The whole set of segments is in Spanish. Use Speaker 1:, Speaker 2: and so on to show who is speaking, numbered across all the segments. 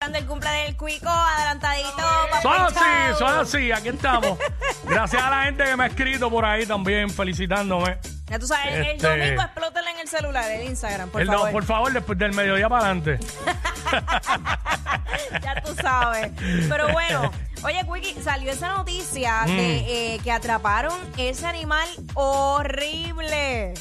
Speaker 1: celebrando el cumple del Cuico, adelantadito. papá
Speaker 2: Son
Speaker 1: chao.
Speaker 2: así, Ah, son así, aquí estamos. Gracias a la gente que me ha escrito por ahí también, felicitándome.
Speaker 1: Ya tú sabes, el-
Speaker 2: Este-
Speaker 1: el domingo explótela en el celular, el Instagram, por
Speaker 2: El- no,
Speaker 1: favor.
Speaker 2: por favor, después del mediodía para adelante.
Speaker 1: ya tú sabes. Pero bueno, oye, Quickie, salió esa noticia
Speaker 2: Mm.
Speaker 1: de eh, que atraparon ese animal horrible.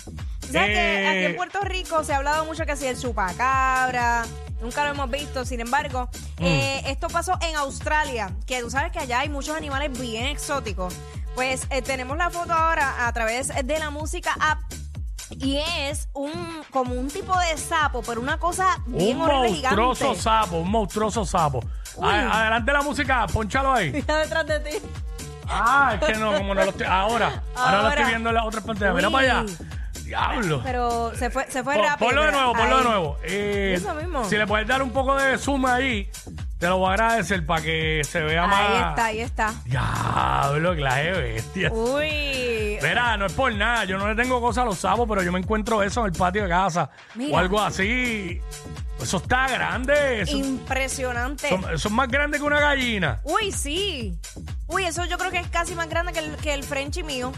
Speaker 1: O sea que
Speaker 2: Eh.
Speaker 1: aquí en Puerto Rico se ha hablado mucho que si el chupacabra, nunca lo hemos visto, sin embargo,
Speaker 2: Mm.
Speaker 1: eh, esto pasó en Australia, que tú sabes que allá hay muchos animales bien exóticos. Pues eh, tenemos la foto ahora a través de la música app y es un como un tipo de sapo, pero una cosa bien
Speaker 2: un
Speaker 1: horrible
Speaker 2: monstruoso
Speaker 1: gigante.
Speaker 2: sapo, un monstruoso sapo.
Speaker 1: Uy.
Speaker 2: A- adelante la música, ponchalo ahí.
Speaker 1: Está detrás de ti.
Speaker 2: Ah, es que no, como no lo estoy. Ahora, ahora, lo
Speaker 1: Ahora.
Speaker 2: estoy viendo en la otra pantalla. Mira
Speaker 1: Uy.
Speaker 2: para allá. Diablo.
Speaker 1: Pero se fue, se fue
Speaker 2: Pon-
Speaker 1: Pues rápido.
Speaker 2: ponlo de
Speaker 1: mira.
Speaker 2: nuevo, ponlo de
Speaker 1: Ahí.
Speaker 2: nuevo. Eh,
Speaker 1: Eso mismo.
Speaker 2: Si le puedes dar un poco de zoom ahí, te lo voy a agradecer para que se vea más.
Speaker 1: Ahí está, ahí está.
Speaker 2: Diablo, clase de bestia.
Speaker 1: Uy.
Speaker 2: Verá, no es por nada, yo no le tengo cosa a los sapos, pero yo me encuentro eso en el patio de casa o
Speaker 1: Mira.
Speaker 2: algo así. Eso está grande, eso-
Speaker 1: Impresionante.
Speaker 2: son, son más grandes que una gallina.
Speaker 1: Uy, sí. Uy, eso yo creo que es casi más grande que el, que el Frenchy mío.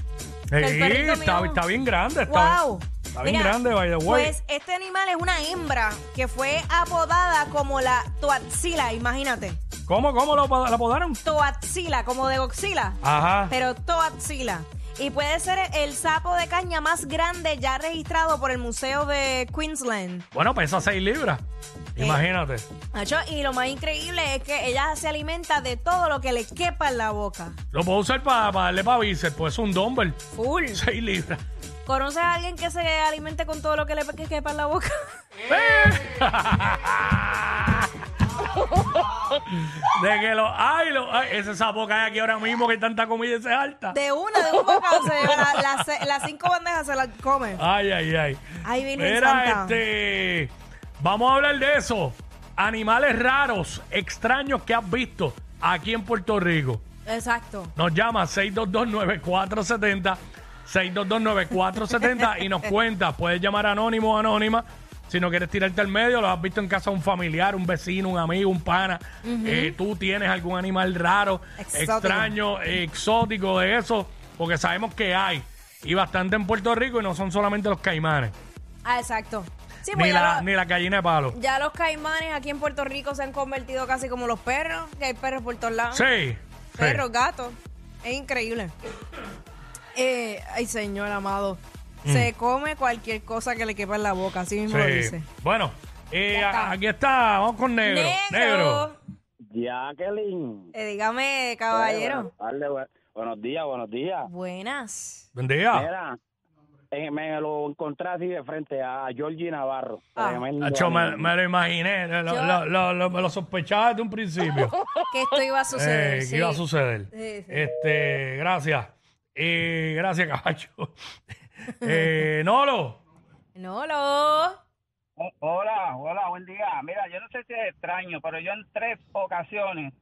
Speaker 1: que el
Speaker 2: Sí,
Speaker 1: perrito
Speaker 2: está,
Speaker 1: mío.
Speaker 2: está bien grande. Está,
Speaker 1: Wow.
Speaker 2: está bien grande, by the way.
Speaker 1: Pues este animal es una hembra que fue apodada como la Toaxila, imagínate.
Speaker 2: ¿Cómo, cómo lo, apod- la apodaron?
Speaker 1: Toaxila, como de Godzilla.
Speaker 2: Ajá.
Speaker 1: pero Toaxila. Y puede ser el sapo de caña más grande ya registrado por el Museo de Queensland.
Speaker 2: Bueno, pesa 6 libras.
Speaker 1: Eh.
Speaker 2: Imagínate.
Speaker 1: Nacho, Y lo más increíble es que ella se alimenta de todo lo que le quepa en la boca.
Speaker 2: Lo puedo usar para darle para bíceps, pues es un dumbbell.
Speaker 1: Full.
Speaker 2: 6 libras.
Speaker 1: ¿Conoces a alguien que se alimente con todo lo que le que quepa en la boca?
Speaker 2: De que lo. Ay, lo, ay, ese sapo que hay aquí ahora mismo que hay tanta comida y se alta.
Speaker 1: De una, de un bocado se lleva la- las se- las cinco bandejas se las come.
Speaker 2: Ay, ay, ay.
Speaker 1: Ay, Virgen
Speaker 2: Mira,
Speaker 1: Santa.
Speaker 2: este. Vamos a hablar de eso. Animales raros, extraños que has visto aquí en Puerto Rico.
Speaker 1: Exacto.
Speaker 2: Nos llama 6229470, 6229470 y nos cuenta. Puedes llamar anónimo o anónima. Si no quieres tirarte al medio, lo has visto en casa de un familiar, un vecino, un amigo, un pana. Eh, tú tienes algún animal raro,
Speaker 1: Exótico.
Speaker 2: extraño, eh, exótico de eso, porque sabemos que hay. Y bastante en Puerto Rico y no son solamente los caimanes,
Speaker 1: Ah, exacto. Sí,
Speaker 2: ni,
Speaker 1: pues ya
Speaker 2: la,
Speaker 1: lo-
Speaker 2: ni la gallina de palo.
Speaker 1: Ya los caimanes aquí en Puerto Rico se han convertido casi como los perros, que hay perros por todos lados.
Speaker 2: Sí. sí.
Speaker 1: Perros, gatos. Es increíble. Eh, ay, señor amado. Se come cualquier cosa que le quepa en la boca, así mismo lo
Speaker 2: Mm. Sí.
Speaker 1: dice.
Speaker 2: Bueno, eh,
Speaker 1: Ya está.
Speaker 2: aquí está, vamos con negro. negro.
Speaker 3: Jacqueline.
Speaker 1: Eh, dígame,
Speaker 3: Eh,
Speaker 1: caballero.
Speaker 3: buenas tardes, bu- buenos días, buenos días.
Speaker 1: Buenas.
Speaker 2: Buen día.
Speaker 3: Mira, eh, me lo encontré así de frente a a Georgie Navarro.
Speaker 1: Ah.
Speaker 3: Tremendo
Speaker 2: Nacho, me,
Speaker 3: animal.
Speaker 2: me lo imaginé, lo,
Speaker 1: Yo-
Speaker 2: lo- lo- lo- me lo sospechaba desde un principio
Speaker 1: Que esto iba a suceder.
Speaker 2: eh,
Speaker 1: sí.
Speaker 2: que iba a suceder.
Speaker 1: Sí, sí.
Speaker 2: Este, gracias. Eh, gracias, caballo. eh, Nolo,
Speaker 1: No lo.
Speaker 4: Oh, Hola, hola, buen día. Mira, yo no sé si es extraño, pero yo en tres ocasiones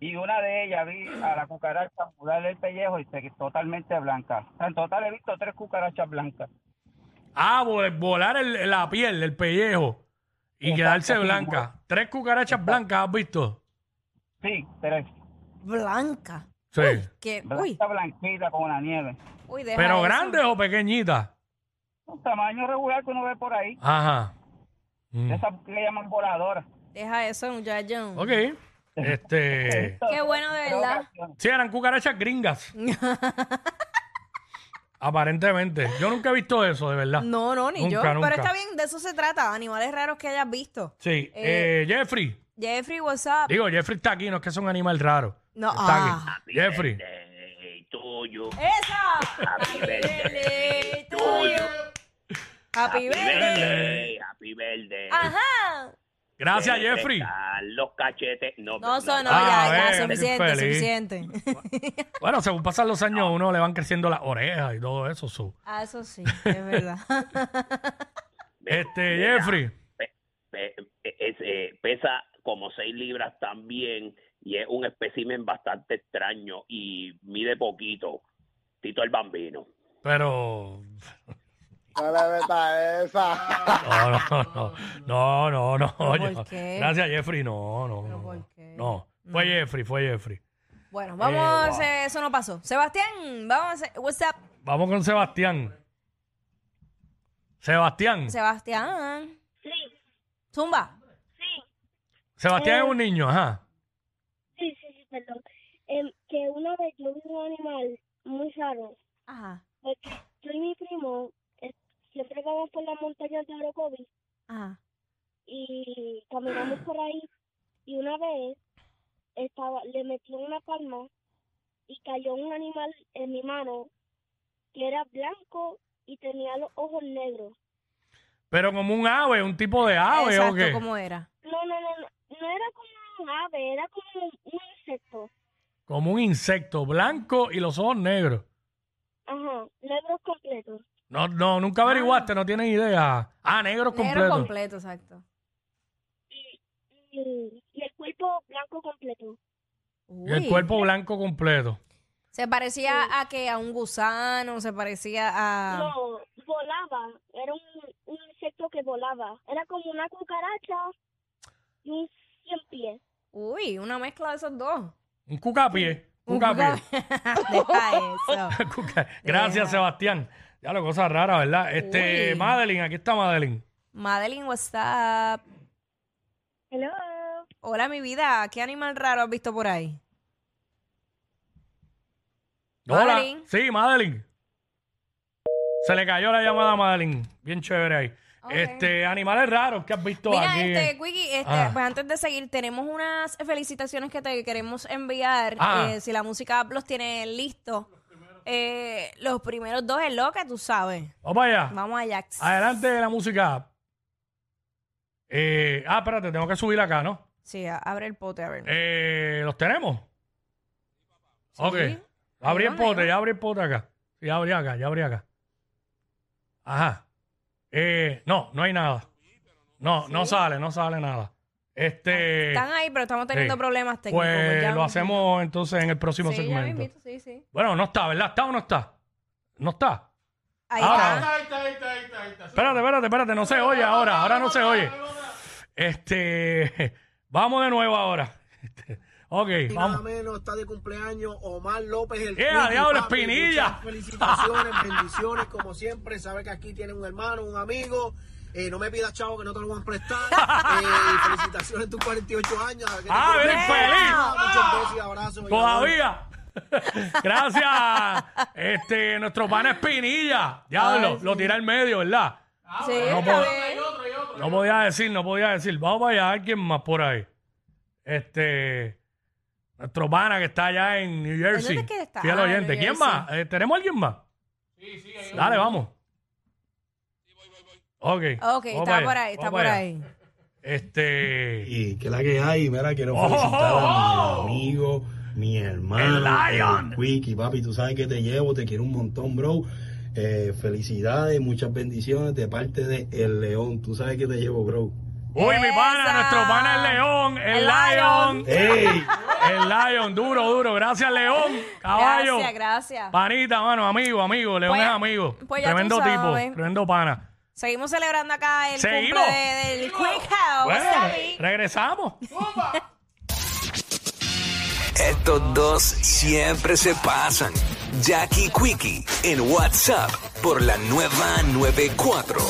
Speaker 4: y una de ellas vi a la cucaracha mudarle el pellejo y se quedó totalmente blanca. O sea, en total he visto tres cucarachas blancas.
Speaker 2: ah, vol- volar el- la piel, el pellejo y
Speaker 4: Exacto,
Speaker 2: quedarse
Speaker 4: sí,
Speaker 2: blanca. Tres cucarachas blancas, ¿has visto?
Speaker 4: Sí, tres.
Speaker 1: Blanca.
Speaker 2: Sí.
Speaker 1: Que, uy,
Speaker 4: Blanca, blanquita como la nieve.
Speaker 1: uy, deja
Speaker 2: ¿Pero
Speaker 1: eso.
Speaker 2: grandes o pequeñitas?
Speaker 4: Un tamaño regular que uno ve por ahí.
Speaker 2: Ajá. Mm.
Speaker 4: Esas que le llaman voladoras.
Speaker 1: Deja eso, muchacho.
Speaker 2: Ok. Este.
Speaker 1: Qué bueno, de
Speaker 4: Tres
Speaker 1: verdad.
Speaker 4: ocasiones.
Speaker 2: Sí, eran cucarachas gringas. Aparentemente. Yo nunca he visto eso, de verdad.
Speaker 1: No, no, ni
Speaker 2: Nunca,
Speaker 1: yo.
Speaker 2: nunca.
Speaker 1: Pero está bien, de eso se trata. Animales raros que hayas visto.
Speaker 2: Sí.
Speaker 1: Eh,
Speaker 2: eh, Jeffrey.
Speaker 1: Jeffrey, what's up?
Speaker 2: Digo, Jeffrey está aquí, no es que es un animal raro.
Speaker 1: No,
Speaker 2: Está
Speaker 1: ah.
Speaker 2: aquí. Jeffrey.
Speaker 1: ¡Esa! ¡Happy birthday to you! ¡Happy birthday! Ah.
Speaker 5: Happy Verde.
Speaker 1: ¡Ajá!
Speaker 2: Gracias, Jeffrey.
Speaker 5: Los cachetes. No,
Speaker 1: No, eso no,
Speaker 2: Ah,
Speaker 1: ya, ya,
Speaker 2: ven,
Speaker 1: suficiente,
Speaker 2: feliz.
Speaker 1: suficiente.
Speaker 2: Bueno, según pasan los años, a uno le van creciendo las orejas y todo eso. su.
Speaker 1: ah, eso sí, es verdad.
Speaker 2: Este,
Speaker 5: Mira.
Speaker 2: Jeffrey.
Speaker 5: Pe- pe- es, eh, pesa como 6 libras también y es un espécimen bastante extraño y mide poquito. Tito el Bambino.
Speaker 2: Pero.
Speaker 6: No le meta esa.
Speaker 2: No, no, no, no, no, no.
Speaker 1: ¿Por
Speaker 2: yo-
Speaker 1: qué?
Speaker 2: Gracias, Jeffrey. No, no.
Speaker 1: ¿Pero
Speaker 2: no,
Speaker 1: por
Speaker 2: no.
Speaker 1: qué? Mm.
Speaker 2: No, fue Jeffrey, fue Jeffrey.
Speaker 1: Bueno, vamos, a hacer- eso no pasó. Sebastián, vamos a hacer, what's up,
Speaker 2: Vamos con Sebastián. Sebastián.
Speaker 1: Sebastián.
Speaker 7: Sí,
Speaker 1: Zumba.
Speaker 7: sí,
Speaker 2: Sebastián es un niño, ajá.
Speaker 7: sí, sí, sí, perdón. Em, que una vez yo vi un animal muy raro,
Speaker 1: Ajá,
Speaker 7: porque yo y mi primo eh, siempre vamos por las montañas de Orocovi
Speaker 1: ajá.
Speaker 7: y caminamos por ahí y una vez estaba le metí una palma y cayó un animal en mi mano que era blanco y tenía los ojos negros.
Speaker 2: Pero como un ave, un tipo de ave
Speaker 1: Exacto,
Speaker 2: o qué.
Speaker 1: ¿cómo era?
Speaker 7: No, no, no, no, no era como un ave, era como un, un insecto.
Speaker 2: Como un insecto blanco y los ojos negros.
Speaker 7: Ajá, negros completos.
Speaker 2: No, no, nunca averiguaste, no tienes idea. Ah, negros
Speaker 1: Ah. Negro
Speaker 2: completos.
Speaker 1: completo, exacto.
Speaker 7: y, y el cuerpo blanco completo.
Speaker 2: Y el
Speaker 1: Uy.
Speaker 2: cuerpo blanco completo.
Speaker 1: Se parecía a que a un gusano, se parecía a...
Speaker 7: No, volaba, era un, un insecto que volaba. Era como una cucaracha y un cien pies.
Speaker 1: Uy, una mezcla de esos dos.
Speaker 2: Un cucapié.
Speaker 1: Un
Speaker 2: Cucapié.
Speaker 1: cuca- Deja eso.
Speaker 2: Cuca- Gracias, Sebastián. Ya lo cosa rara, ¿verdad? Este,
Speaker 1: Uy.
Speaker 2: Madeline, aquí está Madeline.
Speaker 1: Madeline, what's up?
Speaker 7: Hello.
Speaker 1: Hola, mi vida. ¿Qué animal raro has visto por ahí?
Speaker 2: Hola.
Speaker 1: Madeline.
Speaker 2: Sí, Madeline. Se le cayó la llamada a Madeline. Bien chévere ahí.
Speaker 1: Ok.
Speaker 2: Este, animales raros que has visto
Speaker 1: Mira,
Speaker 2: aquí.
Speaker 1: este, Quickie, este,
Speaker 2: Ah.
Speaker 1: pues antes de seguir, tenemos unas felicitaciones que te queremos enviar.
Speaker 2: Ah.
Speaker 1: eh, si la música app los tiene listos. Eh, los primeros dos es lo que tú sabes.
Speaker 2: Vamos allá.
Speaker 1: Vamos a Jax.
Speaker 2: Adelante la música. Eh, ah, espérate, tengo que subir acá, ¿no?
Speaker 1: Sí, a- abre el pote, a ver.
Speaker 2: Eh, ¿Los tenemos? Ok. eh, Abrí el
Speaker 1: Ayúdame,
Speaker 2: pote,
Speaker 1: ayúdame.
Speaker 2: ya abrí el pote acá. Sí, ya abrí acá, ya abrí acá. Ajá. Eh, no, no hay nada. No, no sale, no sale nada.
Speaker 1: Ah,
Speaker 2: Este.
Speaker 1: Están ahí, pero estamos teniendo
Speaker 2: sí.
Speaker 1: problemas técnicos.
Speaker 2: eh, Pues
Speaker 1: ya-
Speaker 2: lo hacemos entonces en el próximo
Speaker 1: Sí, ya me
Speaker 2: segmento.
Speaker 1: invito, sí, sí.
Speaker 2: Bueno, no está, ¿verdad? ¿Está o no está? No está.
Speaker 1: Ahí
Speaker 2: Ahora.
Speaker 1: está.
Speaker 2: Espérate, espérate, espérate, no se oye ahora, ahora no se oye. Este, vamos de nuevo ahora. Este, ok,
Speaker 8: Nada
Speaker 2: vamos.
Speaker 8: menos está de cumpleaños Omar López el
Speaker 2: ¡Ea,
Speaker 8: Quickie,
Speaker 2: diablo,
Speaker 8: papi.
Speaker 2: Espinilla!
Speaker 8: Muchas Felicitaciones, bendiciones, como siempre. Sabe que aquí tiene un hermano, un amigo. Eh, no me pidas chavo que no te lo van a prestar. Eh, y felicitaciones en tus 48 años. Que te
Speaker 2: Ah,
Speaker 8: cumplas
Speaker 2: eres feliz.
Speaker 8: Muchos besos y abrazos. mi amor.
Speaker 2: Todavía. Gracias. Este, nuestro pana Espinilla. Diablo, lo tira al medio, ¿verdad?
Speaker 1: Sí,
Speaker 2: no
Speaker 1: está
Speaker 2: puedo.
Speaker 1: bien.
Speaker 2: No podía decir, no podía decir. Vamos para allá, alguien más por ahí. Este, nuestro pana que está allá en New Jersey.
Speaker 1: dónde es que está?
Speaker 2: Fiel
Speaker 1: Ah,
Speaker 2: oyente.
Speaker 1: New
Speaker 2: ¿Quién
Speaker 1: Jersey.
Speaker 2: más? Eh, ¿Tenemos alguien más? Sí, sí. Dale, vamos. Ok.
Speaker 1: Ok,
Speaker 2: vamos para
Speaker 1: está
Speaker 2: allá,
Speaker 1: por ahí, está
Speaker 2: vamos
Speaker 1: por
Speaker 2: para allá.
Speaker 1: ahí.
Speaker 2: Este.
Speaker 9: Y que la que hay, mira, quiero
Speaker 2: ¡Oh!
Speaker 9: felicitar a mi amigo, mi hermano,
Speaker 2: ¡El Lion!
Speaker 9: el Wiki, papi, tú sabes que te llevo, te quiero un montón, bro. Eh, felicidades, muchas bendiciones de parte de El León, tú sabes que te llevo, bro.
Speaker 2: Uy, mi pana,
Speaker 1: Esa.
Speaker 2: nuestro pana el León, el,
Speaker 1: El
Speaker 2: Lion.
Speaker 9: ¡Ey!
Speaker 2: El Lion, duro, duro. Gracias, León. Caballo.
Speaker 1: Gracias, gracias.
Speaker 2: Panita, mano, amigo, amigo. León
Speaker 1: Pues-
Speaker 2: es amigo.
Speaker 1: pues ya tú
Speaker 2: tremendo tipo,
Speaker 1: sabes.
Speaker 2: tremendo pana.
Speaker 1: Seguimos celebrando acá el
Speaker 2: Seguimos.
Speaker 1: cumple de- del Quick House.
Speaker 2: Bueno,
Speaker 1: ¿sabes?
Speaker 2: regresamos.
Speaker 10: Estos dos siempre se pasan. Jackie Quickie en WhatsApp por la nueva 94.